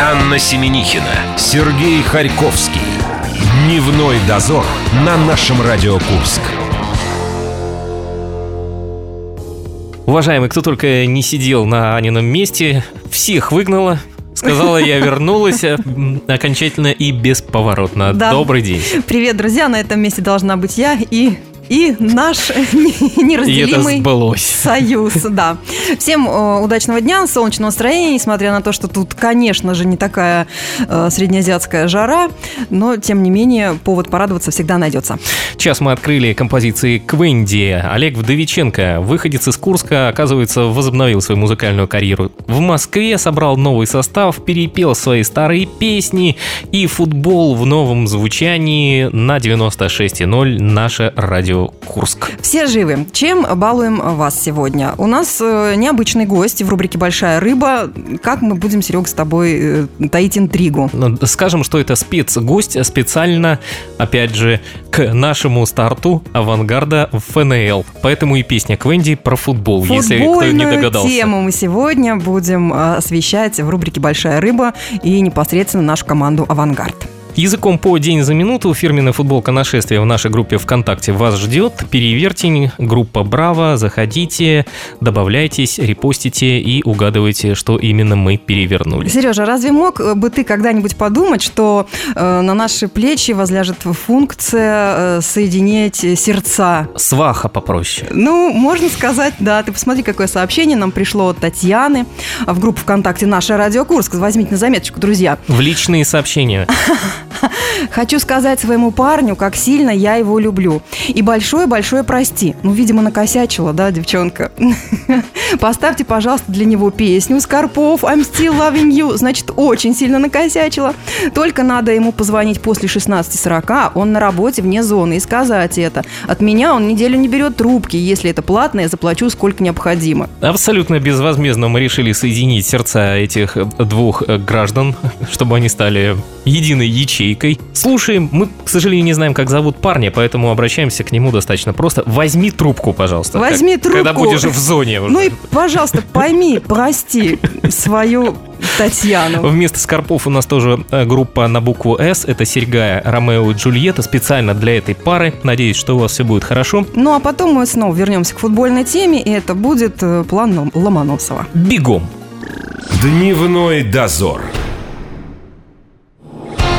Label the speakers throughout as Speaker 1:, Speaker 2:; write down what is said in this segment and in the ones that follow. Speaker 1: Анна Семенихина, Сергей Харьковский. Дневной дозор на нашем Радио Курск.
Speaker 2: Уважаемый, кто только не сидел на Анином месте, всех выгнала, Сказала, я вернулась э, м, окончательно и бесповоротно.
Speaker 3: Да.
Speaker 2: Добрый день.
Speaker 3: Привет, друзья! На этом месте должна быть я и и наш не-
Speaker 2: И это
Speaker 3: неразделимый
Speaker 2: сбылось.
Speaker 3: союз. Да. Всем э, удачного дня, солнечного настроения, несмотря на то, что тут, конечно же, не такая э, среднеазиатская жара, но тем не менее повод порадоваться всегда найдется.
Speaker 2: Сейчас мы открыли композиции Квенди. Олег Вдовиченко, выходец из Курска, оказывается, возобновил свою музыкальную карьеру. В Москве собрал новый состав, перепел свои старые песни и футбол в новом звучании на 96.0 «Наше радио Курск».
Speaker 3: Все живы. Чем балуем вас сегодня? У нас э, необычный гость в рубрике «Большая рыба». Как мы будем, Серег, с тобой э, таить интригу?
Speaker 2: Ну, Скажем, что это спецгость специально, опять же, к нашему старту авангарда в ФНЛ. Поэтому и песня Квенди про футбол, если кто не
Speaker 3: Футбольную
Speaker 2: догадался.
Speaker 3: тему мы сегодня будем э, освещать в рубрике «Большая рыба» и непосредственно нашу команду «Авангард».
Speaker 2: Языком по день за минуту фирменная футболка нашествия в нашей группе ВКонтакте вас ждет. Перевертень, группа Браво, заходите, добавляйтесь, репостите и угадывайте, что именно мы перевернули.
Speaker 3: Сережа, разве мог э, бы ты когда-нибудь подумать, что э, на наши плечи возляжет функция э, соединять сердца?
Speaker 2: Сваха попроще.
Speaker 3: Ну, можно сказать, да. Ты посмотри, какое сообщение нам пришло от Татьяны в группу ВКонтакте «Наша Радио Курск». Возьмите на заметочку, друзья.
Speaker 2: В личные сообщения.
Speaker 3: Хочу сказать своему парню, как сильно я его люблю. И большое-большое прости. Ну, видимо, накосячила, да, девчонка? Поставьте, пожалуйста, для него песню Скорпов «I'm still loving you». Значит, очень сильно накосячила. Только надо ему позвонить после 16.40. Он на работе вне зоны и сказать это. От меня он неделю не берет трубки. Если это платно, я заплачу сколько необходимо.
Speaker 2: Абсолютно безвозмездно мы решили соединить сердца этих э, двух э, граждан, чтобы они стали единой ячейкой. Слушаем, мы, к сожалению, не знаем, как зовут парня, поэтому обращаемся к нему достаточно просто. Возьми трубку, пожалуйста. как-
Speaker 3: Возьми
Speaker 2: Когда
Speaker 3: трубку.
Speaker 2: будешь в зоне уже.
Speaker 3: Ну и, пожалуйста, пойми, прости свою Татьяну.
Speaker 2: Вместо Скорпов у нас тоже э, группа на букву «С». Это Сергая, Ромео и Джульетта. Специально для этой пары. Надеюсь, что у вас все будет хорошо.
Speaker 3: Ну а потом мы снова вернемся к футбольной теме, и это будет э, план Лом- Ломоносова.
Speaker 2: Бегом!
Speaker 1: Дневной дозор.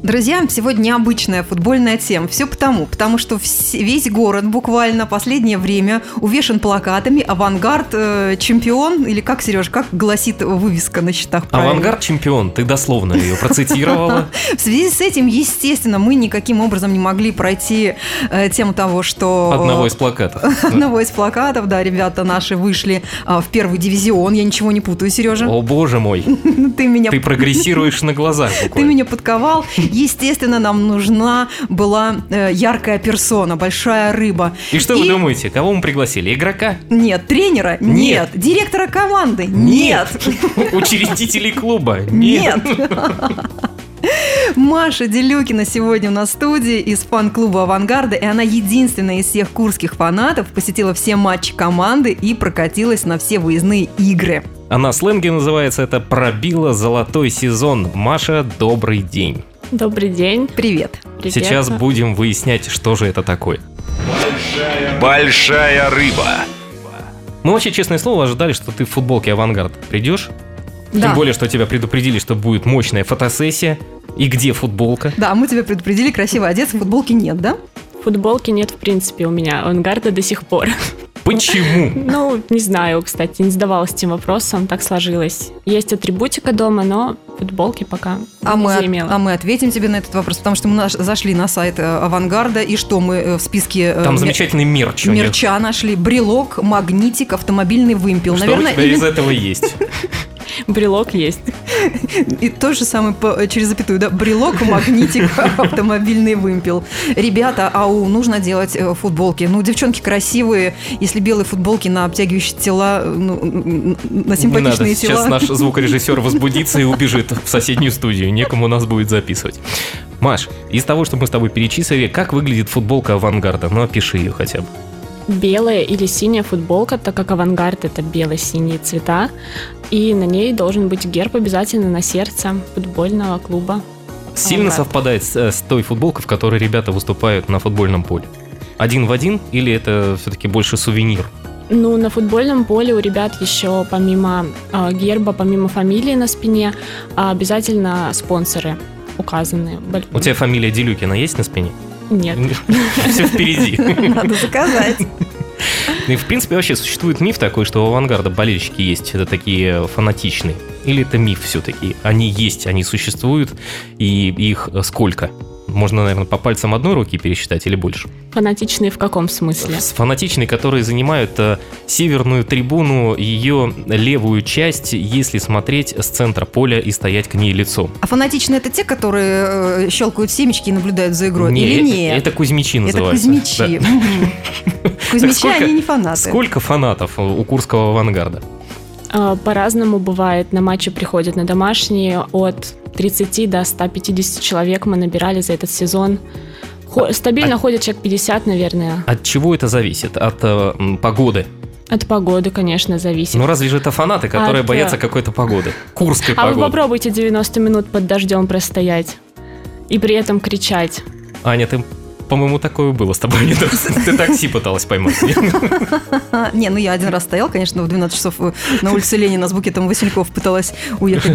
Speaker 3: Друзья, сегодня необычная футбольная тема. Все потому, потому что вс- весь город буквально последнее время увешан плакатами «Авангард э, чемпион» или как, Сереж, как гласит вывеска на счетах? правильно?
Speaker 2: Авангард чемпион. Ты дословно ее процитировала.
Speaker 3: В связи с этим, естественно, мы никаким образом не могли пройти э, тему того, что...
Speaker 2: Одного из плакатов.
Speaker 3: Одного из плакатов, да, ребята наши вышли а, в первый дивизион. Я ничего не путаю, Сережа.
Speaker 2: О боже мой,
Speaker 3: Ты меня
Speaker 2: ты прогрессируешь на глазах
Speaker 3: Ты
Speaker 2: буквально.
Speaker 3: меня подковал. Естественно, нам нужна была э, яркая персона, большая рыба.
Speaker 2: И что вы думаете, кого мы пригласили? Игрока?
Speaker 3: Нет, тренера?
Speaker 2: Нет.
Speaker 3: Нет. Директора команды? Нет.
Speaker 2: Учредителей клуба? Нет.
Speaker 3: Маша Делюкина сегодня у нас в студии из фан-клуба «Авангарда», и она единственная из всех курских фанатов посетила все матчи команды и прокатилась на все выездные игры.
Speaker 2: А на сленге называется это «Пробила золотой сезон». Маша, добрый день.
Speaker 4: Добрый день.
Speaker 3: Привет.
Speaker 4: Привет.
Speaker 2: Сейчас будем выяснять, что же это такое.
Speaker 1: Большая рыба.
Speaker 2: Мы вообще, честное слово, ожидали, что ты в футболке «Авангард» придешь.
Speaker 3: Да.
Speaker 2: Тем более, что тебя предупредили, что будет мощная фотосессия. И где футболка?
Speaker 3: Да, мы тебя предупредили, красиво одеться, футболки нет, да?
Speaker 4: Футболки нет, в принципе, у меня авангарда до сих пор.
Speaker 2: Почему?
Speaker 4: Ну, не знаю, кстати, не задавалась этим вопросом, так сложилось. Есть атрибутика дома, но футболки пока
Speaker 3: А
Speaker 4: не
Speaker 3: мы, от-
Speaker 4: заимела.
Speaker 3: а мы ответим тебе на этот вопрос, потому что мы наш- зашли на сайт э, «Авангарда», и что мы э, в списке... э,
Speaker 2: Там
Speaker 3: мер-
Speaker 2: замечательный мерч у них.
Speaker 3: Мерча нашли. Брелок, магнитик, автомобильный вымпел.
Speaker 2: Что
Speaker 3: Наверное,
Speaker 2: у тебя из
Speaker 3: именно-
Speaker 2: этого есть?
Speaker 4: Брелок есть.
Speaker 3: и то же самое по- э, через запятую, да? Брелок, магнитик, автомобильный вымпел. Ребята, ау, нужно делать э, футболки. Ну, девчонки красивые, если белые футболки на обтягивающие тела, э, ну, м, м, на
Speaker 2: Не надо,
Speaker 3: симпатичные
Speaker 2: сейчас
Speaker 3: тела.
Speaker 2: наш звукорежиссер возбудится и убежит в соседнюю студию. Некому нас будет записывать. Маш, из того, что мы с тобой перечислили, как выглядит футболка авангарда? Ну, опиши ее хотя бы.
Speaker 4: Белая или синяя футболка, так как авангард это бело-синие цвета, и на ней должен быть герб обязательно на сердце футбольного клуба.
Speaker 2: Сильно
Speaker 4: Авангард.
Speaker 2: совпадает с, э, с той футболкой, в которой ребята выступают на футбольном поле? Один в один или это все-таки больше сувенир?
Speaker 4: Ну, на футбольном поле у ребят еще помимо э, герба, помимо фамилии на спине, а обязательно спонсоры указаны. Боль-
Speaker 2: У тебя фамилия Делюкина есть на спине?
Speaker 4: Нет.
Speaker 2: Все впереди.
Speaker 3: Надо заказать.
Speaker 2: Ну И, в принципе, вообще существует миф такой, что у авангарда болельщики есть, это такие фанатичные. Или это миф все-таки? Они есть, они существуют, и их э, сколько? Можно, наверное, по пальцам одной руки пересчитать или больше.
Speaker 4: Фанатичные в каком смысле?
Speaker 2: С фанатичные, которые занимают э, северную трибуну, ее левую часть, если смотреть с центра поля и стоять к ней лицом.
Speaker 3: А фанатичные это те, которые э, щелкают семечки и наблюдают за игрой?
Speaker 2: Не,
Speaker 3: Или
Speaker 2: э-
Speaker 3: нет?
Speaker 2: Это кузьмичи
Speaker 3: Это
Speaker 2: называется. Да.
Speaker 3: кузьмичи. Мгм. Кузьмичи,
Speaker 2: сколько-
Speaker 3: они не фанаты.
Speaker 2: Сколько фанатов у курского авангарда?
Speaker 4: Э, По-разному бывает. На матчи приходят на домашние от 30 до 150 человек мы набирали за этот сезон.
Speaker 2: А
Speaker 4: Хо- стабильно ходит человек 50, наверное.
Speaker 2: От чего это зависит? От э, м, погоды.
Speaker 4: От погоды, конечно, зависит.
Speaker 2: Ну разве же это фанаты, которые
Speaker 4: От, э,
Speaker 2: боятся какой-то погоды? Курской
Speaker 4: а вы
Speaker 2: погоды.
Speaker 4: попробуйте 90 минут под дождем простоять и при этом кричать.
Speaker 2: Аня, ты, А, по-моему, такое было с тобой. недавно. Ты такси пыталась поймать.
Speaker 3: А, Не, ну я один раз стоял, конечно, в 12 часов э, на улице Ленина с букетом Васильков пыталась уехать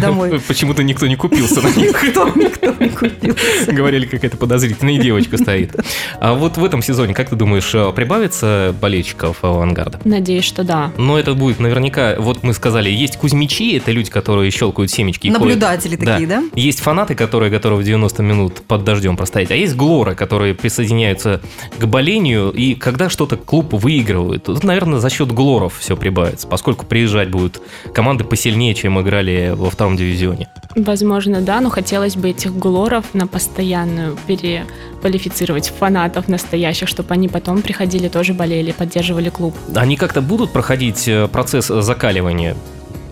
Speaker 3: домой.
Speaker 2: ну, Почему-то никто не купился на них.
Speaker 3: Никто, никто не купил.
Speaker 2: Говорили, какая-то подозрительная девочка стоит. А вот в этом сезоне, как ты думаешь, э, прибавится болельщиков э, авангарда?
Speaker 4: Надеюсь, что да.
Speaker 2: Но Ну, это будет наверняка, вот мы сказали, есть кузьмичи, это люди, которые щелкают семечки. и ходят.
Speaker 3: Наблюдатели такие, да?
Speaker 2: Есть фанаты, которые готовы в 90 минут под дождем простоять, а есть глоры, которые присоединяются к болению, и когда что-то клуб выигрывает, тут, наверное, за счет глоров все прибавится, поскольку приезжать будут команды посильнее, чем играли во втором дивизионе.
Speaker 4: Возможно, да, но хотелось бы этих гулоров на постоянную переквалифицировать в фанатов настоящих, чтобы они потом приходили, тоже болели, поддерживали клуб.
Speaker 2: Они как-то будут проходить э, процесс закаливания?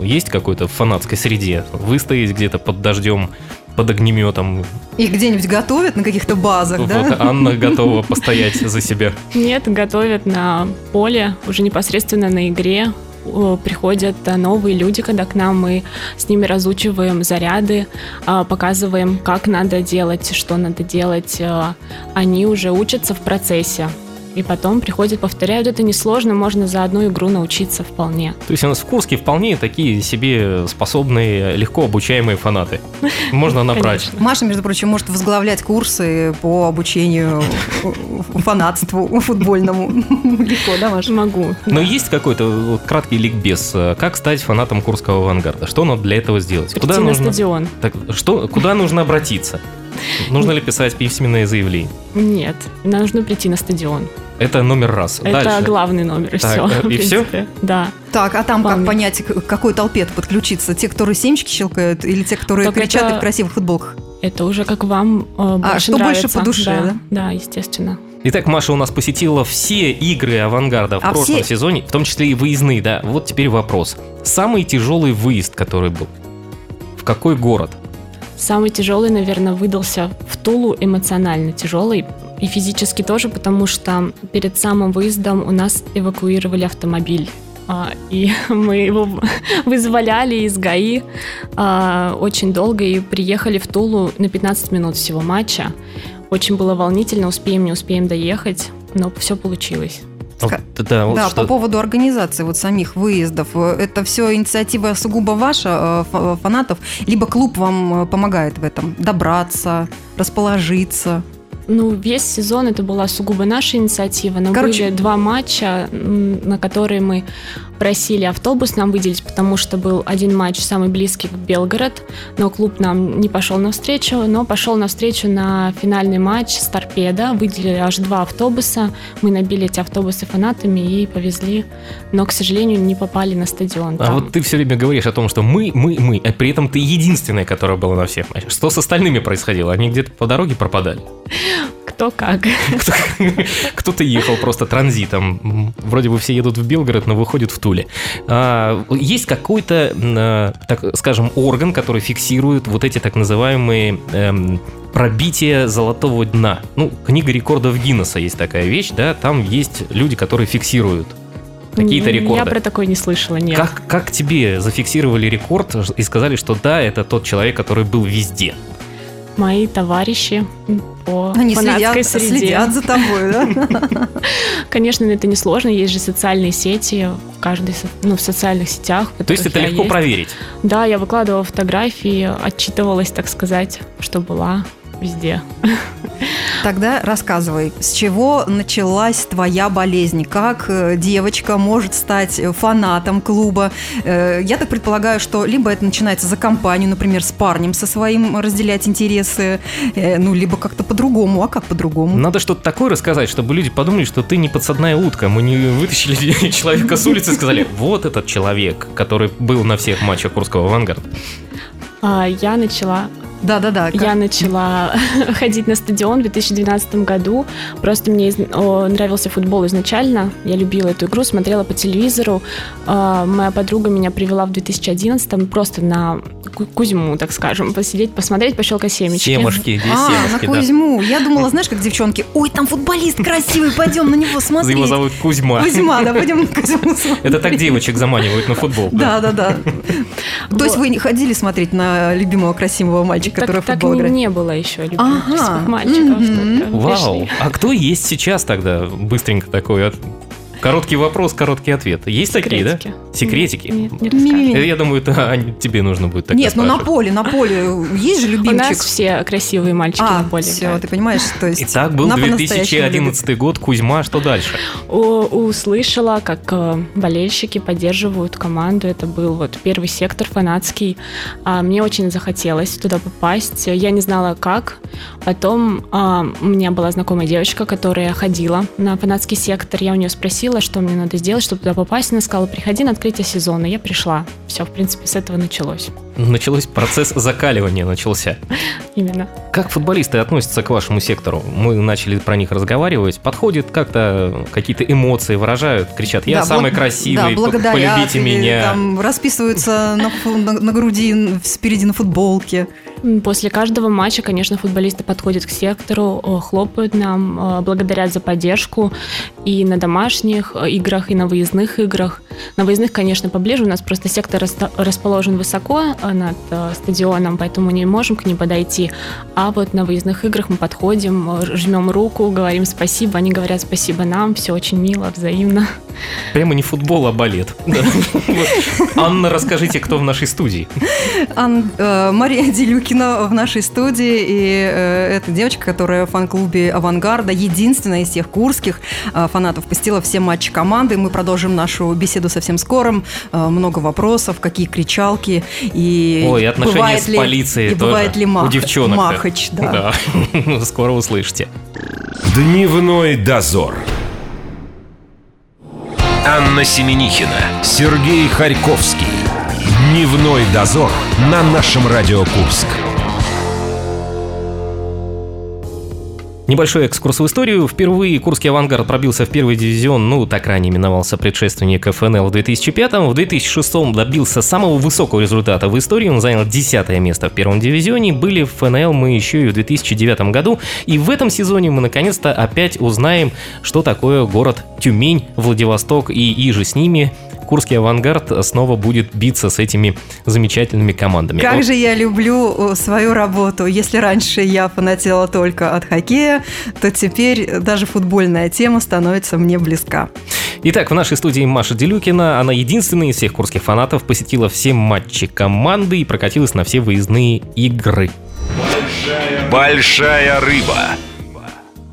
Speaker 2: Есть какой-то в фанатской среде? Выстоять где-то под дождем, под огнеметом?
Speaker 3: Их где-нибудь готовят на каких-то базах,
Speaker 2: Вот а-
Speaker 3: да?
Speaker 2: Анна готова постоять за себя.
Speaker 4: Нет, готовят на поле, уже непосредственно на игре. О, Приходят а, новые люди, когда к нам мы с ними разучиваем заряды, а, показываем, как надо делать, что надо делать. а, Они уже учатся в процессе. И потом приходят, повторяют, это несложно, можно за одну игру научиться вполне.
Speaker 2: То есть у нас в Курске вполне такие себе способные, легко обучаемые фанаты. Можно набрать.
Speaker 4: Конечно.
Speaker 3: Маша, между прочим, может возглавлять курсы по обучению э, фанатству футбольному. Легко, да, Маша?
Speaker 4: Могу.
Speaker 2: Но есть какой-то вот краткий ликбез, э, как стать фанатом Курского авангарда? Что надо для этого сделать?
Speaker 4: Прийти Типа, на
Speaker 2: нужно,
Speaker 4: стадион.
Speaker 2: так, что, куда нужно обратиться? Нужно ли писать письменное заявление?
Speaker 4: Нет, нужно прийти на стадион.
Speaker 2: Это номер раз.
Speaker 4: Это
Speaker 2: Дальше.
Speaker 4: главный номер, и
Speaker 2: Так,
Speaker 4: все.
Speaker 2: э, и всё?
Speaker 4: Да.
Speaker 3: Так, а там как
Speaker 4: Вполне.
Speaker 3: понять, к к какой толпе подключиться? Те, которые семечки щелкают, или те, которые
Speaker 4: Так
Speaker 3: кричат
Speaker 4: это-
Speaker 3: и в красивых футболках?
Speaker 4: Это уже как вам э, больше
Speaker 3: А, что больше
Speaker 4: нравится.
Speaker 3: по душе, да?
Speaker 4: да? Да, естественно.
Speaker 2: Итак, Маша у нас посетила все игры авангарда в
Speaker 3: А
Speaker 2: прошлом
Speaker 3: все-
Speaker 2: сезоне, в том числе и выездные, да. Вот теперь вопрос. Самый тяжелый выезд, который был? В какой город?
Speaker 4: Самый тяжелый, наверное, выдался в Тулу эмоционально тяжелый и физически тоже, потому что перед самым выездом у нас эвакуировали автомобиль. А, И мы его вызволяли из ГАИ а, очень долго и приехали в Тулу на 15 минут всего матча. Очень было волнительно, успеем, не успеем доехать, но все получилось.
Speaker 3: Ска-
Speaker 2: Вот, да, вот
Speaker 3: да,
Speaker 2: что-
Speaker 3: по поводу организации вот самих выездов. э, Это все инициатива сугубо ваша, э, фа- фанатов, либо клуб вам э, помогает в этом добраться, расположиться.
Speaker 4: Ну, весь сезон это была сугубо наша инициатива. Но
Speaker 3: Короче-
Speaker 4: были два матча, м, на которые мы просили автобус нам выделить, потому что был один матч самый близкий к Белгород, но клуб нам не пошел навстречу, но пошел навстречу на финальный матч с Торпедо. Выделили аж два автобуса. Мы набили эти автобусы фанатами и повезли, но, к сожалению, не попали на стадион.
Speaker 2: А
Speaker 4: там.
Speaker 2: вот ты все время говоришь о том, что мы, мы, мы, а при этом ты единственная, которая была на всех матчах. Что с остальными происходило? Они где-то по дороге пропадали?
Speaker 4: Кто как.
Speaker 2: Кто- Кто-то ехал просто транзитом. М, Вроде бы все едут в Белгород, но выходят в Туле. А, есть а, какой-то, м, э, так скажем, орган, который фиксирует вот эти так называемые эм, пробитие золотого дна. Ну, книга рекордов Гиннесса есть такая вещь, да, там есть люди, которые фиксируют какие-то
Speaker 4: М,
Speaker 2: рекорды.
Speaker 4: Я про такое не слышала, нет.
Speaker 2: Как, как тебе зафиксировали рекорд и сказали, что да, это тот человек, который был везде?
Speaker 4: Мои товарищи по
Speaker 3: Они следят,
Speaker 4: фанатской среде.
Speaker 3: следят за тобой, да?
Speaker 4: Конечно, это несложно, есть же социальные сети, в каждой, со- ну, в социальных сетях. в
Speaker 2: То есть
Speaker 4: которых
Speaker 2: это
Speaker 4: я
Speaker 2: легко
Speaker 4: а есть.
Speaker 2: проверить.
Speaker 4: Да, я выкладывала фотографии, отчитывалась, так сказать, что была везде.
Speaker 3: Тогда рассказывай, с чего началась твоя болезнь? Как э, девочка может стать э, фанатом клуба? Э, Я так предполагаю, что либо это начинается за компанию, например, с парнем со своим разделять интересы, э, ну, либо как-то по-другому. А как по-другому?
Speaker 2: Надо что-то такое рассказать, чтобы люди подумали, что ты не подсадная утка. Мы не вытащили человека с улицы и сказали, вот этот человек, который был на всех матчах Курского авангарда.
Speaker 4: А, Я начала,
Speaker 3: Да-да-да. как-
Speaker 4: я начала ходить на стадион в 2012 году. Просто мне из- о, нравился футбол изначально. Я любила эту игру, смотрела по телевизору. А, Моя подруга меня привела в 2011 просто на ку- Кузьму, так скажем, посидеть, посмотреть, пощелкать семечки.
Speaker 2: Семушки, здесь
Speaker 3: А, на
Speaker 2: семушки, да.
Speaker 3: Кузьму. Я думала, знаешь, как девчонки, ой, там футболист красивый, пойдем на него смотреть.
Speaker 2: Его зовут Кузьма.
Speaker 3: Кузьма, да, пойдем на Кузьму смотреть.
Speaker 2: Это так девочек заманивают на футбол.
Speaker 3: Да, да, да. То есть вы не ходили смотреть на любимого красивого мальчика,
Speaker 4: Так,
Speaker 3: который в
Speaker 4: так
Speaker 3: футбол
Speaker 4: не,
Speaker 3: играет?
Speaker 4: не было еще любви
Speaker 3: Ага,
Speaker 4: красивых мальчиков.
Speaker 3: мгм.
Speaker 4: что-то.
Speaker 2: Вау.
Speaker 4: Пришли.
Speaker 2: А кто есть сейчас тогда? Быстренько такой. от- Короткий вопрос, короткий ответ. Есть такие, да?
Speaker 4: Секретики.
Speaker 2: Секретики?
Speaker 4: Нет, не расскажу.
Speaker 3: Ми-ми-ми.
Speaker 2: Э, Я думаю, это Ань, тебе нужно будет так
Speaker 3: Нет, ну на поле, на поле есть же
Speaker 4: У нас
Speaker 3: любимчик.
Speaker 4: все красивые мальчики
Speaker 3: А,
Speaker 4: на поле
Speaker 3: все,
Speaker 4: играют.
Speaker 3: ты понимаешь, то есть...
Speaker 2: Итак, был
Speaker 3: она по-настоящему
Speaker 2: 2011 год, Кузьма, что дальше?
Speaker 4: О, услышала, как э, болельщики поддерживают команду. Это был вот первый сектор фанатский. А мне очень захотелось туда попасть. Я не знала, как. Потом а, у меня была знакомая девочка, которая ходила на фанатский сектор. Я у нее спросила, что мне надо сделать, чтобы туда попасть. Она сказала, приходи на открытие сезона. Я пришла. Все, в принципе, с этого началось.
Speaker 2: Началось процесс закаливания, начался.
Speaker 4: Именно.
Speaker 2: Как футболисты относятся к вашему сектору? Мы начали про них разговаривать. Подходят как-то, какие-то эмоции выражают, кричат, я
Speaker 3: Да,
Speaker 2: самый
Speaker 3: бл- да,
Speaker 2: красивый, п-
Speaker 3: благодарят,
Speaker 2: полюбите
Speaker 3: или
Speaker 2: меня.
Speaker 3: Там расписываются на, фу- на- на груди, н- спереди на футболке.
Speaker 4: М, После каждого матча, конечно, футболисты подходят к сектору, э, хлопают нам, э, благодарят за поддержку и на домашних э, играх, и на выездных играх. На выездных, конечно, поближе. У нас просто сектор раста- расположен высоко э, над э, стадионом, поэтому не можем к ним подойти. А вот на выездных играх мы подходим, э, жмем руку, говорим спасибо. Они говорят спасибо нам, все очень мило, взаимно.
Speaker 2: Прямо не футбол, а балет. Да. Вот. Анна, расскажите, кто в нашей студии?
Speaker 3: Ан- э, Мария Делюкина в нашей студии, и э, эта девочка, которая в фан-клубе «Авангарда», единственная из тех курских э, фанатов, посетила все матчи команды. Мы продолжим нашу беседу совсем скором. Э, Много вопросов, какие кричалки, и
Speaker 2: Ой, отношения
Speaker 3: Э, бывает
Speaker 2: с
Speaker 3: ли-
Speaker 2: полицией
Speaker 3: и
Speaker 2: тоже.
Speaker 3: бывает ли
Speaker 2: У
Speaker 3: мах-
Speaker 2: девчонок.
Speaker 3: махач, да.
Speaker 2: Скоро услышите.
Speaker 1: Дневной дозор. Анна Семенихина, Сергей Харьковский. Дневной дозор на нашем Радио Курск.
Speaker 2: Небольшой экскурс в историю. Впервые Курский авангард пробился в первый дивизион, ну, так ранее именовался предшественник ФНЛ в 2005 В 2006 добился самого высокого результата в истории, он занял 10 место в первом дивизионе. Были в ФНЛ мы еще и в 2009 году. И в этом сезоне мы наконец-то опять узнаем, что такое город Тюмень, Владивосток и иже с ними. Курский авангард снова будет биться с этими замечательными командами.
Speaker 3: Как
Speaker 2: Вот
Speaker 3: же я люблю э, свою работу. Если раньше я фанатела только от хоккея, то теперь э, даже футбольная тема становится мне близка.
Speaker 2: Итак, в нашей студии Маша Делюкина. Она единственная из всех курских фанатов посетила все матчи команды и прокатилась на все выездные игры.
Speaker 1: Большая рыба.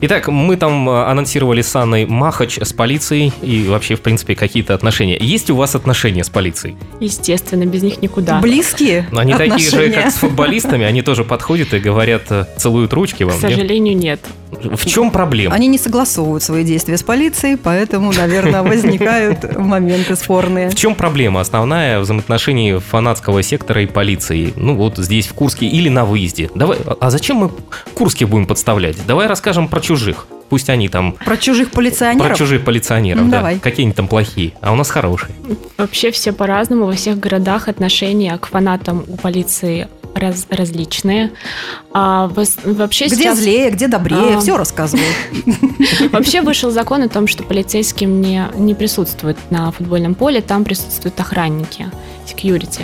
Speaker 2: Итак, мы там э, анонсировали с Анной Махач с полицией и вообще, в принципе, какие-то отношения. Есть у вас отношения с полицией?
Speaker 4: Естественно, без них никуда.
Speaker 3: Близкие
Speaker 2: Но они такие же,
Speaker 3: отношения.
Speaker 2: как с футболистами, они тоже подходят и говорят, э, целуют ручки
Speaker 4: К
Speaker 2: вам. нет?
Speaker 4: сожалению, нет.
Speaker 2: В чем проблема?
Speaker 3: Они не согласовывают свои действия с полицией, поэтому, наверное, возникают моменты спорные.
Speaker 2: В чем проблема основная в взаимоотношении фанатского сектора и полиции? Ну вот здесь, в Курске или на выезде. Давай, а- а зачем мы Курске будем подставлять? Давай расскажем про чужих. Пусть они там,
Speaker 3: Про чужих
Speaker 2: про
Speaker 3: полиционеров?
Speaker 2: чужих полиционеров,
Speaker 3: Ну,
Speaker 2: да.
Speaker 3: давай.
Speaker 2: Какие они там плохие, а у нас хорошие.
Speaker 4: Вообще все по-разному. Во всех городах отношение к фанатам у полиции раз- различные. А, вос- вообще
Speaker 3: Где
Speaker 4: сейчас-
Speaker 3: злее, где добрее,
Speaker 4: А.
Speaker 3: все рассказываю.
Speaker 4: Вообще вышел закон о том, что полицейским не, не присутствует на футбольном поле, там присутствуют охранники, security.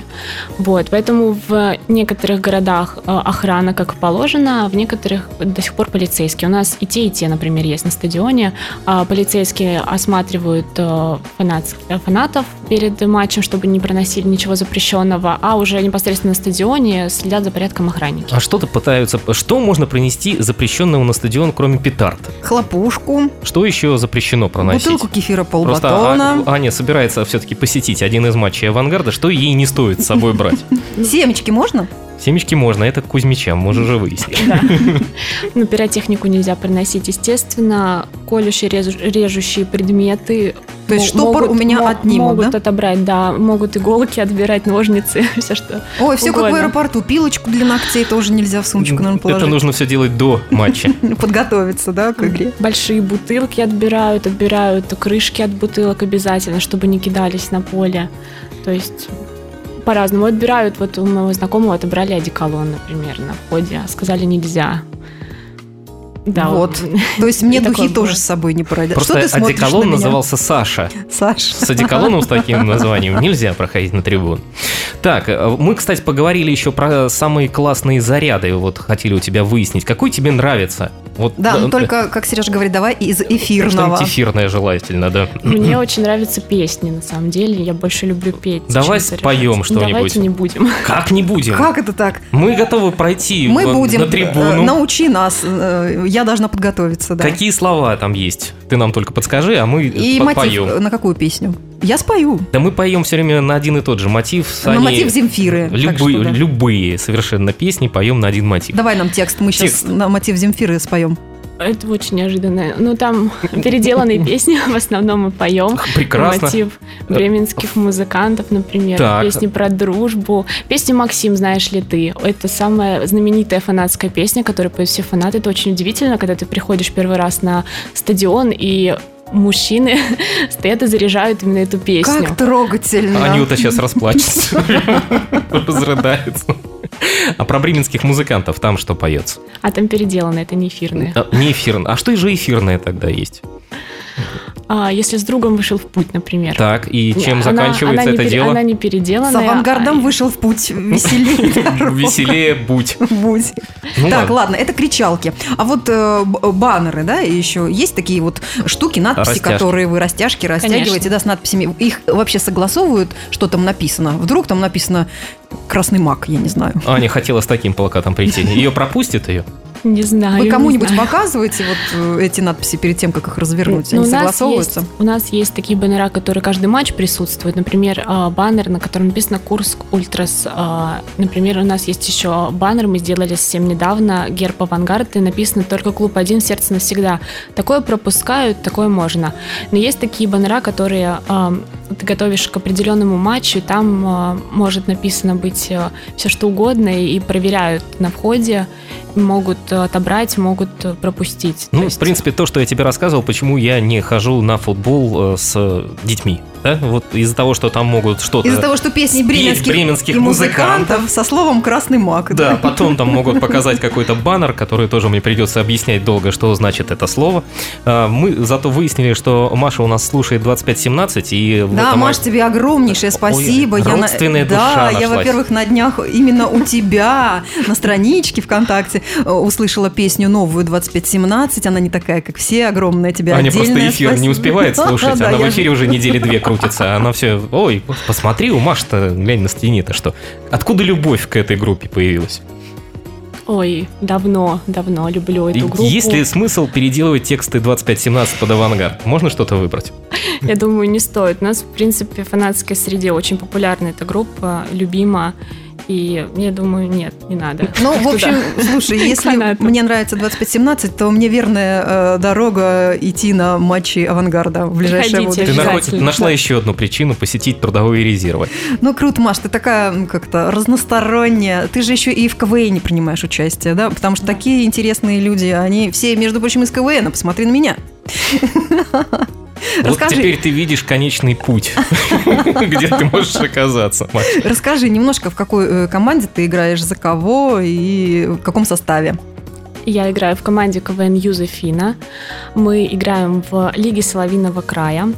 Speaker 4: Вот, поэтому в некоторых городах э, охрана как положено, а в некоторых до сих пор полицейские. У нас и те, и те, например, есть на стадионе. А Полицейские осматривают э, фанатс- э, фанатов перед матчем, чтобы не проносили ничего запрещенного, а уже непосредственно на стадионе следят за порядком охранники.
Speaker 2: А что-то пытаются... Что можно принести запрещенного на стадион, кроме петард?
Speaker 3: Хлопушку,
Speaker 2: Что еще запрещено проносить?
Speaker 3: бутылку кефира
Speaker 2: Просто
Speaker 3: полбатона,
Speaker 2: А- Аня собирается все-таки посетить один из матчей авангарда, что ей не стоит с собой брать.
Speaker 3: семечки можно?
Speaker 2: Семечки можно, это к Кузьмичам, мы же уже выяснили.
Speaker 4: Ну, пиротехнику нельзя приносить, естественно. Колющие, резу- режущие предметы.
Speaker 3: То есть
Speaker 4: мо-
Speaker 3: штопор у меня
Speaker 4: мо-
Speaker 3: отнимут,
Speaker 4: Могут
Speaker 3: да?
Speaker 4: отобрать, да. Могут иголки отбирать, ножницы, все что.
Speaker 3: Ой, все как в
Speaker 4: Угодно.
Speaker 3: аэропорту. Пилочку для ногтей тоже нельзя в сумочку, наверное,
Speaker 2: Ну, Это
Speaker 3: положить.
Speaker 2: нужно все делать до матча.
Speaker 3: Подготовиться, да, к игре.
Speaker 4: Большие бутылки отбирают, отбирают крышки от бутылок обязательно, чтобы не кидались на поле. То есть по-разному отбирают. Вот у моего знакомого отобрали одеколон, например, на входе. а Сказали нельзя. Да,
Speaker 3: Вот. То есть мне
Speaker 4: И такое
Speaker 3: духи
Speaker 4: бывает.
Speaker 3: тоже с собой не пройдут.
Speaker 2: Просто
Speaker 3: Что ты смотришь на
Speaker 2: одеколон
Speaker 3: меня,
Speaker 2: назывался Саша.
Speaker 3: Саш?
Speaker 2: С одеколоном с таким названием нельзя проходить на трибун. Так, э, мы, кстати, поговорили еще про самые классные заряды. Вот хотели у тебя выяснить, какой тебе нравится. Вот,
Speaker 3: Да,
Speaker 2: э,
Speaker 3: но только, как Сереж говорит, давай из эфирного.
Speaker 2: Что-нибудь эфирное желательно, да.
Speaker 4: Мне очень нравятся песни, на самом деле. Я больше люблю петь.
Speaker 2: Давай
Speaker 4: чем заряжать. Ну,
Speaker 2: споем что-нибудь.
Speaker 4: Давайте не будем.
Speaker 2: Как не будем?
Speaker 3: Как это так?
Speaker 2: Мы готовы пройти
Speaker 3: Мы
Speaker 2: в-
Speaker 3: будем.
Speaker 2: на
Speaker 3: э,
Speaker 2: трибуну.
Speaker 3: Научи нас. э, Я должна подготовиться, да.
Speaker 2: Какие слова там есть? Ты нам только подскажи, а мы
Speaker 3: И
Speaker 2: по-
Speaker 3: мотив
Speaker 2: поем.
Speaker 3: э, на какую песню? Я спою.
Speaker 2: Да мы поем все время на один и тот же мотив. с
Speaker 3: На
Speaker 2: Аней.
Speaker 3: Ну, мотив Земфиры. так
Speaker 2: Любые,
Speaker 3: что да.
Speaker 2: любые совершенно песни поем на один мотив.
Speaker 3: Давай нам текст, мы сейчас
Speaker 2: Текст.
Speaker 3: на мотив Земфиры споем.
Speaker 4: Это очень неожиданно. Ну, там переделанные песни в основном мы поем.
Speaker 2: Прекрасно.
Speaker 4: Мотив бременских музыкантов, например.
Speaker 2: Так.
Speaker 4: Песни про дружбу. Песню «Максим, знаешь ли ты?» Это самая знаменитая фанатская песня, которую поют все фанаты. Это очень удивительно, когда ты приходишь первый раз на стадион и мужчины стоят и заряжают именно эту песню.
Speaker 3: Как трогательно.
Speaker 2: Анюта сейчас расплачется. Разрыдается. А про бременских музыкантов там что поется?
Speaker 4: А там переделано, это не эфирное.
Speaker 2: А, Не эфирное. А что же эфирное тогда есть?
Speaker 4: А, если с другом вышел в путь, например.
Speaker 2: Так, и чем
Speaker 4: Она-
Speaker 2: заканчивается
Speaker 4: она не
Speaker 2: это
Speaker 4: пере-
Speaker 2: дело?
Speaker 4: Она не переделанная.
Speaker 3: С авангардом
Speaker 4: а-
Speaker 3: вышел в путь. Веселее. дорога.
Speaker 2: Веселее будь.
Speaker 3: Будь.
Speaker 2: Ну
Speaker 3: так,
Speaker 2: ладно.
Speaker 3: ладно, это кричалки. А вот э, б- баннеры, да, и еще есть такие вот штуки, надписи,
Speaker 2: Растяжки.
Speaker 3: которые вы растяжки растягиваете, да, с надписями. Их вообще согласовывают, что там написано. Вдруг там написано красный мак, я не знаю.
Speaker 2: Аня хотела с таким плакатом прийти. Ее пропустят ее?
Speaker 4: а, Не
Speaker 2: А
Speaker 4: знаю.
Speaker 3: Вы
Speaker 4: не
Speaker 3: кому-нибудь
Speaker 4: знаю.
Speaker 3: показываете вот э, эти надписи перед тем, как их развернуть?
Speaker 4: Ну,
Speaker 3: Они
Speaker 4: у нас
Speaker 3: согласовываются?
Speaker 4: есть- У нас есть такие баннера, которые каждый матч присутствует. Например, а, баннер, на котором написано Курск Ультрас. А, Например, у нас есть еще баннер, мы сделали совсем недавно, герб Авангард, и написано только клуб один, сердце навсегда. Такое пропускают, такое можно. Но есть такие баннера, которые а, ты готовишь к определенному матчу, и там а, может написано быть все что угодно, и проверяют на входе, могут э, отобрать, могут э, пропустить. То
Speaker 2: Ну,
Speaker 4: есть-
Speaker 2: в принципе, то, что я тебе рассказывал, почему я не хожу на футбол э, с э, детьми. Да? Вот из-за того, что там могут что-то...
Speaker 3: Из-за того, что песни
Speaker 2: Спеть
Speaker 3: бременских,
Speaker 2: бременских
Speaker 3: и музыкантов со словом красный мак.
Speaker 2: Да, потом там могут показать какой-то баннер, который тоже мне придется объяснять долго, что значит это слово. А, Мы зато выяснили, что Маша у нас слушает 2517, и... в
Speaker 3: Да,
Speaker 2: этом-
Speaker 3: Маш, тебе огромнейшее спасибо. на-
Speaker 2: родственная душа
Speaker 3: Да, я,
Speaker 2: нашлась.
Speaker 3: во-первых, на днях именно у тебя на страничке ВКонтакте э, услышала песню новую 2517. Она не такая, как все, огромная тебе
Speaker 2: Аня
Speaker 3: отдельное
Speaker 2: просто эфир А не
Speaker 3: спасибо.
Speaker 2: успевает слушать,
Speaker 3: Да,
Speaker 2: она в
Speaker 3: я
Speaker 2: эфире уже недели две крутится, а она все, ой, посмотри, у Маши-то, глянь на стене-то что. Откуда любовь к этой группе появилась?
Speaker 4: Ой, давно, давно люблю эту
Speaker 2: И
Speaker 4: группу.
Speaker 2: Есть ли смысл переделывать тексты 2517 под авангард? Можно что-то выбрать?
Speaker 4: Я думаю, не стоит. У нас, в принципе, в фанатской среде очень популярна эта группа, любима. И я думаю, нет, не надо.
Speaker 3: Ну, в
Speaker 4: Туда.
Speaker 3: общем, слушай, если
Speaker 4: фанатам.
Speaker 3: мне нравится 2517, то мне верная э, дорога идти на матчи авангарда в ближайшее
Speaker 4: Приходите
Speaker 2: Ты
Speaker 3: будущее.
Speaker 2: наход-
Speaker 4: Обязательно.
Speaker 2: нашла еще одну причину посетить трудовые резервы.
Speaker 3: Ну, круто, Маш, ты такая м, как-то разносторонняя. Ты же еще и в КВН принимаешь участие, да? Потому что а такие интересные люди, они все, между прочим, из КВН. Посмотри на меня.
Speaker 2: Вот
Speaker 3: Расскажи.
Speaker 2: теперь ты видишь конечный путь, где ты можешь оказаться. Маш.
Speaker 3: Расскажи немножко, в какой э, команде ты играешь, за кого и в каком составе.
Speaker 4: Я играю в команде КВН Юзефина. Мы играем в Лиге Соловиного края.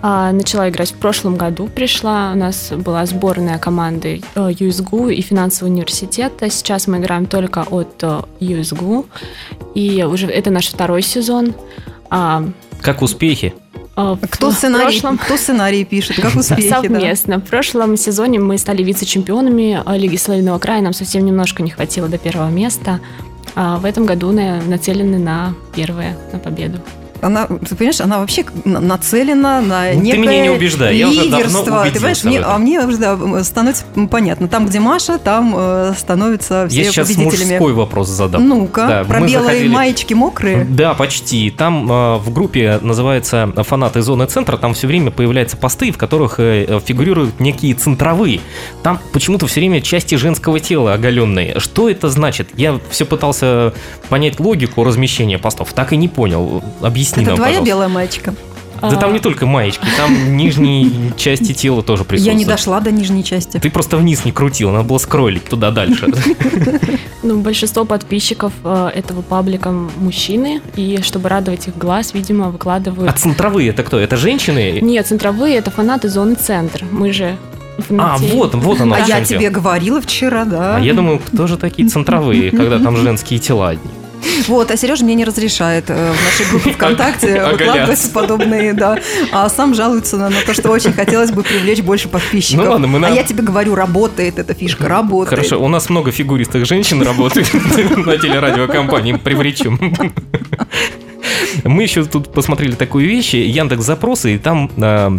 Speaker 4: А, Начала играть в прошлом году, пришла. У нас была сборная команды э, USGU и финансового университета. Сейчас мы играем только от э, USGU. И уже это наш второй сезон. А,
Speaker 2: Как успехи?
Speaker 4: а,
Speaker 3: Кто
Speaker 4: в
Speaker 3: сценарий,
Speaker 4: прошлом-
Speaker 3: кто сценарий пишет, как успехи. да?
Speaker 4: Совместно. В прошлом сезоне мы стали вице-чемпионами э, Лиги Славяного края. Нам совсем немножко не хватило до первого места. А в этом году на- нацелены на первое, на победу.
Speaker 3: Она, ты понимаешь, она вообще на- нацелена на
Speaker 2: Ну, ты
Speaker 3: некое
Speaker 2: меня не убеждай, я уже давно
Speaker 3: лидерство. ты
Speaker 2: убедился
Speaker 3: понимаешь,
Speaker 2: в
Speaker 3: мне-
Speaker 2: этом.
Speaker 3: а мне уже да, становится понятно. Там, где Маша, там э, становятся все
Speaker 2: Я сейчас
Speaker 3: победителями. Ну,
Speaker 2: мужской вопрос задам.
Speaker 3: Ну-ка,
Speaker 2: Да,
Speaker 3: про
Speaker 2: мы
Speaker 3: белые
Speaker 2: заходили-
Speaker 3: маечки мокрые.
Speaker 2: Да, почти. Там э, в группе называется «Фанаты зоны центра», там все время появляются посты, в которых э, э, фигурируют некие центровые. Там почему-то все время части женского тела оголенные. Что это значит? Я все пытался понять логику размещения постов, так и не понял. Объясни
Speaker 3: Это
Speaker 2: нам,
Speaker 3: твоя
Speaker 2: пожалуйста.
Speaker 3: белая маечка?
Speaker 2: Да там не
Speaker 4: то.
Speaker 2: только маечки, там нижние части тела тоже
Speaker 3: Я
Speaker 2: присутствуют.
Speaker 3: не дошла до нижней части.
Speaker 2: Ты просто вниз не крутил, надо было скроллить туда дальше.
Speaker 4: Ну, большинство подписчиков э, этого паблика мужчины, и чтобы радовать их глаз, видимо,
Speaker 2: А
Speaker 4: выкладывают.
Speaker 2: центровые это кто? Это женщины?
Speaker 4: Нет, центровые это фанаты зоны центр. Мы же.
Speaker 2: А,
Speaker 4: фанатеем.
Speaker 2: вот, вот оно.
Speaker 3: а
Speaker 2: в
Speaker 3: я
Speaker 2: чём дело.
Speaker 3: тебе говорила вчера, да.
Speaker 2: А я думаю, кто же такие центровые, когда там женские тела одни?
Speaker 3: Вот, а Сережа мне не разрешает э, в нашей группе ВКонтакте
Speaker 2: Оголяться.
Speaker 3: выкладывать подобные, да. А сам жалуется на, на то, что очень хотелось бы привлечь больше подписчиков.
Speaker 2: Ну ладно, мы на-
Speaker 3: А я тебе говорю, работает эта фишка, работает.
Speaker 2: Хорошо, у нас много фигуристых женщин работает на телерадиокомпании, привлечем. Мы еще тут посмотрели такую вещь, Яндекс запросы, и там э,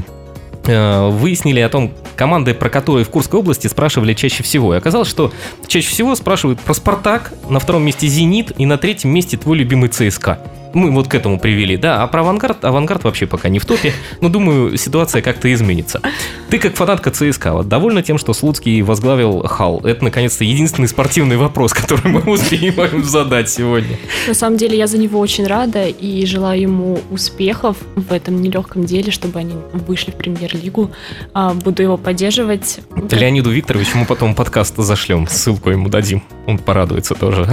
Speaker 2: э, выяснили о том, команды, про которые в Курской области спрашивали чаще всего. И оказалось, что чаще всего спрашивают про «Спартак», на втором месте «Зенит» и на третьем месте твой любимый «ЦСКА». Мы вот к этому привели, да, а про «Авангард», «Авангард» вообще пока не в топе, но думаю, ситуация как-то изменится. Ты как фанатка ЦСКА, вот довольна тем, что Слуцкий возглавил «Хал»? Это, наконец-то, единственный спортивный вопрос, который мы успеем задать сегодня.
Speaker 4: На самом деле я за него очень рада и желаю ему успехов в этом нелегком деле, чтобы они вышли в премьер-лигу. А, Буду его поддерживать.
Speaker 2: Леониду Викторовичу мы потом подкаст зашлем, ссылку ему дадим, он порадуется тоже.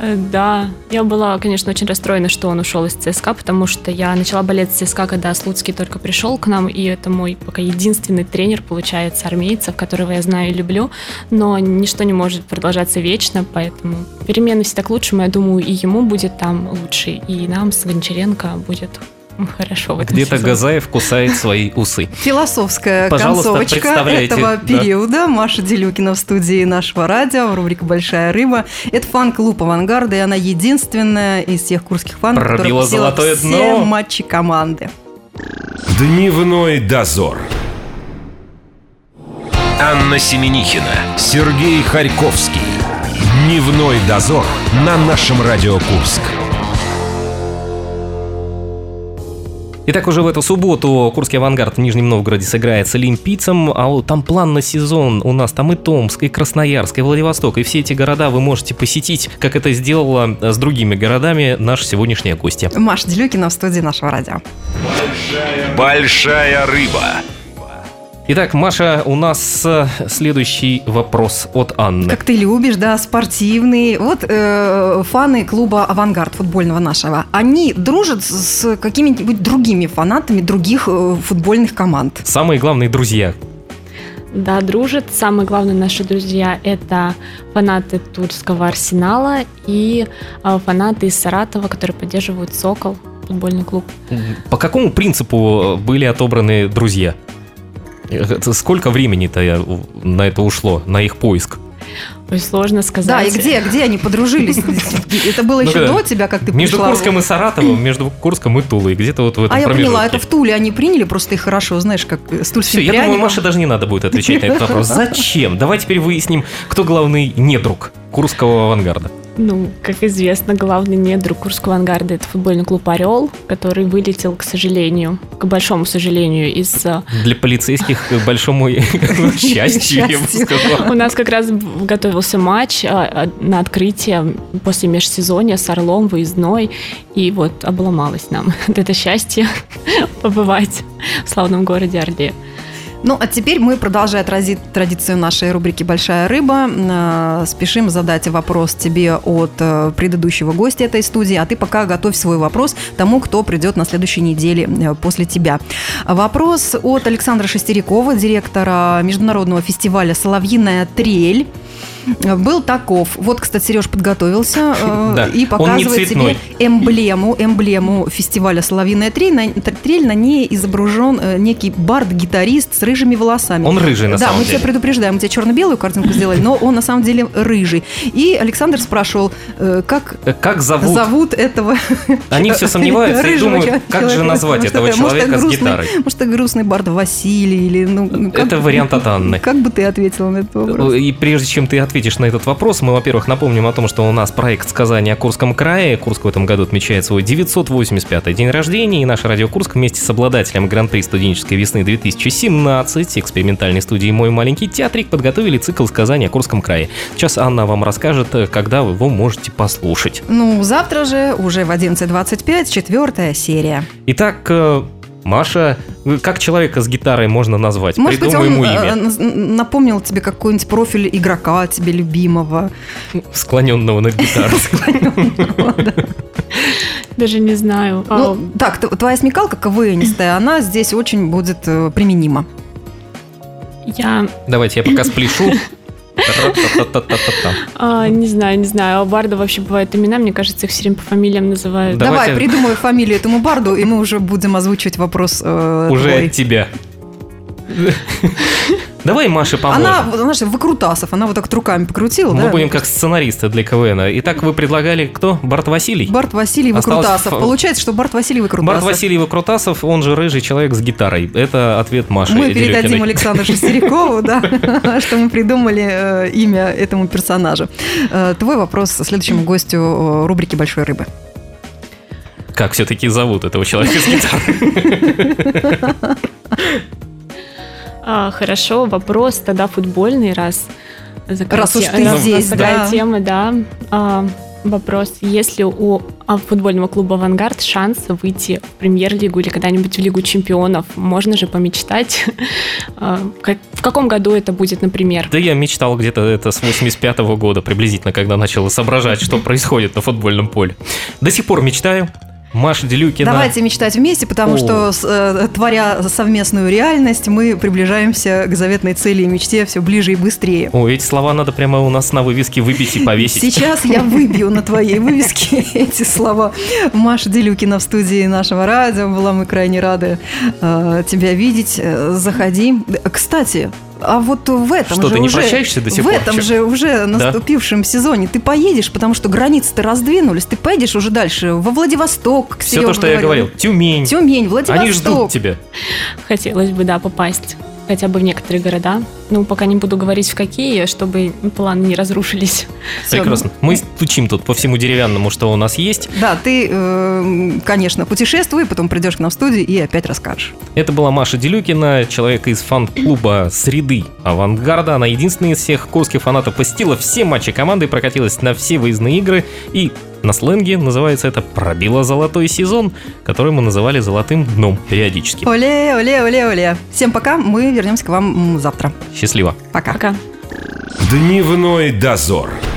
Speaker 4: Э, Да, я была, конечно, очень расстроена, что он ушел из ЦСКА, потому что я начала болеть за ЦСКА, когда Слуцкий только пришел к нам, и это мой пока единственный тренер, получается, армейцев, которого я знаю и люблю, но ничто не может продолжаться вечно, поэтому перемены всегда к лучшему, я думаю, и ему будет там лучше, и нам с Гончаренко будет хорошо в этом
Speaker 2: Где-то
Speaker 4: сезоне.
Speaker 2: Газаев кусает свои усы.
Speaker 3: Философская
Speaker 2: Пожалуйста,
Speaker 3: концовочка
Speaker 2: представляйте,
Speaker 3: этого
Speaker 2: да.
Speaker 3: периода. Маша Делюкина в студии нашего радио, рубрика «Большая рыба». Это фан-клуб «Авангарда», и она единственная из всех курских фанов, которая
Speaker 2: Пробила
Speaker 3: посетила
Speaker 2: золотое
Speaker 3: все
Speaker 2: дно.
Speaker 3: матчи команды.
Speaker 1: Дневной дозор. Анна Семенихина, Сергей Харьковский. Дневной дозор на нашем Радио Курск.
Speaker 2: Итак, уже в эту субботу Курский авангард в Нижнем Новгороде сыграет с Олимпийцем, а вот там план на сезон у нас там и Томск, и Красноярск, и Владивосток, и все эти города вы можете посетить, как это сделала э, с другими городами наша сегодняшняя гостья.
Speaker 3: Маша Делюкина в студии нашего радио.
Speaker 1: Большая рыба.
Speaker 2: Итак, Маша, у нас э, следующий вопрос от Анны.
Speaker 3: Как ты любишь, да, спортивный. Вот э, фаны клуба «Авангард» футбольного нашего, они дружат с с какими-нибудь другими фанатами других э, футбольных команд.
Speaker 2: Самые главные друзья.
Speaker 4: Да, дружит. Самое главное, наши друзья – это фанаты Тульского Арсенала и э, фанаты из Саратова, которые поддерживают «Сокол» футбольный клуб.
Speaker 2: По какому принципу э, были отобраны друзья? Э, это Сколько времени-то э, у- на это ушло, на их поиск?
Speaker 4: Ой, сложно сказать.
Speaker 3: Да, и где, где они подружились? Это было
Speaker 2: Ну
Speaker 3: еще
Speaker 2: да.
Speaker 3: до тебя, как ты
Speaker 2: между
Speaker 3: пришла?
Speaker 2: Курском и Саратовым, между Курском и Тулой, где-то вот в этом
Speaker 3: А я поняла,
Speaker 2: промежутке.
Speaker 3: это в Туле они приняли, просто ты хорошо знаешь, как э, с
Speaker 2: Все,
Speaker 3: тульским
Speaker 2: я думаю,
Speaker 3: пряником.
Speaker 2: Маше даже не надо будет отвечать на этот вопрос. Зачем? Давай теперь выясним, кто главный недруг. курского авангарда.
Speaker 4: Ну, как известно, главный недруг Курского ангарда – это футбольный клуб «Орел», который вылетел, к сожалению, к большому сожалению, из... э,
Speaker 2: Для полицейских к большому счастью, я бы
Speaker 3: Счастью.
Speaker 2: сказал.
Speaker 4: У нас как раз готовился матч э, э, на открытие после межсезонья с «Орлом» выездной, и вот обломалось нам Вот это счастье побывать в славном городе Орле.
Speaker 3: Ну, а теперь мы, продолжая трази- традицию нашей рубрики «Большая рыба», э, спешим задать вопрос тебе от э, предыдущего гостя этой студии, а ты пока готовь свой вопрос тому, кто придет на следующей неделе э, после тебя. Вопрос от Александра Шестерякова, директора международного фестиваля «Соловьиная трель». Э, Был таков. Вот, кстати, Сереж подготовился э,
Speaker 2: Да,
Speaker 3: и
Speaker 2: он не
Speaker 3: показывает
Speaker 2: цветной.
Speaker 3: тебе эмблему, эмблему фестиваля «Соловьиная трель». На, трель на ней изображен э, некий бард-гитарист с рыжими волосами.
Speaker 2: Он рыжий, на
Speaker 3: да,
Speaker 2: самом
Speaker 3: мы
Speaker 2: деле.
Speaker 3: тебя предупреждаем, мы тебе черно-белую картинку сделали, но он на самом деле рыжий. И Александр спрашивал, э, как
Speaker 2: Э, Как зовут?
Speaker 3: зовут этого
Speaker 2: Они все сомневаются и
Speaker 3: рыжего
Speaker 2: думают, как же
Speaker 3: человека?
Speaker 2: назвать
Speaker 3: Потому что,
Speaker 2: этого
Speaker 3: может, это
Speaker 2: человека с
Speaker 3: грустный-
Speaker 2: гитарой.
Speaker 3: Может, это грустный бард Василий или... ну, ну, как-
Speaker 2: Это вариант от Анны.
Speaker 3: Как бы ты ответила на этот вопрос?
Speaker 2: И прежде чем ты ответишь на этот вопрос, мы, во-первых, напомним о том, что у нас проект «Сказание о Курском крае». Курск в этом году отмечает свой 985-й день рождения, и наш Радио Курск вместе с обладателем Гран-при студенческой весны 2017 экспериментальной студии «Мой маленький театрик» подготовили цикл «Сказание о Курском крае». Сейчас Анна вам расскажет, когда вы его можете послушать.
Speaker 3: Ну, завтра же, уже в 11.25, четвертая серия.
Speaker 2: Итак, э, Маша, э, как человека с гитарой можно назвать?
Speaker 3: Может быть,
Speaker 2: Придумай
Speaker 3: он
Speaker 2: ему
Speaker 3: э,
Speaker 2: имя.
Speaker 3: наз- напомнил тебе какой-нибудь профиль игрока, тебе любимого.
Speaker 2: Склоненного над гитарой.
Speaker 4: Даже не знаю. А,
Speaker 3: Ну, так, т- твоя смекалка КВНистая, она здесь очень будет э, применима.
Speaker 4: Я
Speaker 2: Давайте я пока спляшу. Та-та-та-та-та-та-та.
Speaker 4: а, не знаю, не знаю. У Барда вообще бывают имена, мне кажется, их все время по фамилиям называют.
Speaker 2: Да. Давайте-
Speaker 3: Давай, придумай фамилию этому барду, и мы уже будем озвучивать вопрос э,
Speaker 2: Уже
Speaker 3: твой.
Speaker 2: от тебя. Давай Маше
Speaker 3: Она,
Speaker 2: поможем.
Speaker 3: вот, знаешь, выкрутасов, она вот так вот руками покрутила,
Speaker 2: Мы
Speaker 3: да?
Speaker 2: будем как сценаристы для КВН. Итак, вы предлагали кто? Барт Василий?
Speaker 3: Барт Василий
Speaker 2: Осталось
Speaker 3: Выкрутасов.
Speaker 2: фа-
Speaker 3: Получается, что Барт Василий Выкрутасов.
Speaker 2: Барт Василий Выкрутасов, он же рыжий человек с гитарой. Это ответ Маши
Speaker 3: Мы
Speaker 2: Дерюкиной.
Speaker 3: передадим Александру Шестерякову, да, что мы придумали э, имя этому персонажу. Э, Твой вопрос следующему гостю э, рубрики «Большой рыбы».
Speaker 2: Как все-таки зовут этого человека с гитарой?
Speaker 4: А, хорошо, вопрос тогда футбольный, раз закрытие-
Speaker 3: Раз уж ты
Speaker 4: у нас
Speaker 3: здесь,
Speaker 4: такая
Speaker 3: да.
Speaker 4: тема, да. А, вопрос, есть ли у а, футбольного клуба «Авангард» шанс выйти в премьер-лигу или когда-нибудь в Лигу чемпионов? Можно же помечтать. А, как- в каком году это будет, например?
Speaker 2: Да я мечтал где-то это с 85 года приблизительно, когда начал соображать, что происходит на футбольном поле. До сих пор мечтаю. Маша Делюкина.
Speaker 3: Давайте мечтать вместе, потому
Speaker 2: О.
Speaker 3: что, с- э, творя совместную реальность, мы приближаемся к заветной цели и мечте все ближе и быстрее.
Speaker 2: О, эти слова надо прямо у нас на вывеске выбить и повесить.
Speaker 3: Сейчас я выбью на твоей вывеске эти слова. Маша Делюкина в студии нашего радио. Была мы крайне рады э, тебя видеть. Э, Заходи. Э, Кстати, а вот в этом
Speaker 2: Что,
Speaker 3: же
Speaker 2: ты не
Speaker 3: уже,
Speaker 2: прощаешься до сих
Speaker 3: в
Speaker 2: пор
Speaker 3: этом
Speaker 2: вообще?
Speaker 3: же уже наступившем сезоне ты поедешь, потому что границы-то раздвинулись. Ты поедешь уже дальше во Владивосток.
Speaker 2: Все то, что я говорил. Тюмень.
Speaker 3: Тюмень, Владивосток.
Speaker 2: Они ждут тебя.
Speaker 4: Хотелось бы, да, попасть хотя бы в некоторые города. Ну, пока не буду говорить, в какие, чтобы планы не разрушились.
Speaker 3: Всё. ну,
Speaker 2: Прекрасно. Мы стучим тут по всему деревянному, что у нас есть.
Speaker 3: Да, ты, э, конечно, путешествуй, потом придешь к нам в студию и опять расскажешь.
Speaker 2: Это была Маша Делюкина, человек из фан-клуба «Среды Авангарда». Она единственная из всех курских фанатов посетила все матчи команды, прокатилась на все выездные игры и на сленге называется это «пробила золотой сезон», который мы называли «золотым дном» периодически.
Speaker 3: Оле, оле, оле, оле. Всем пока, мы вернемся к вам м, завтра.
Speaker 2: Счастливо.
Speaker 3: Пока.
Speaker 4: Пока.
Speaker 1: Дневной дозор.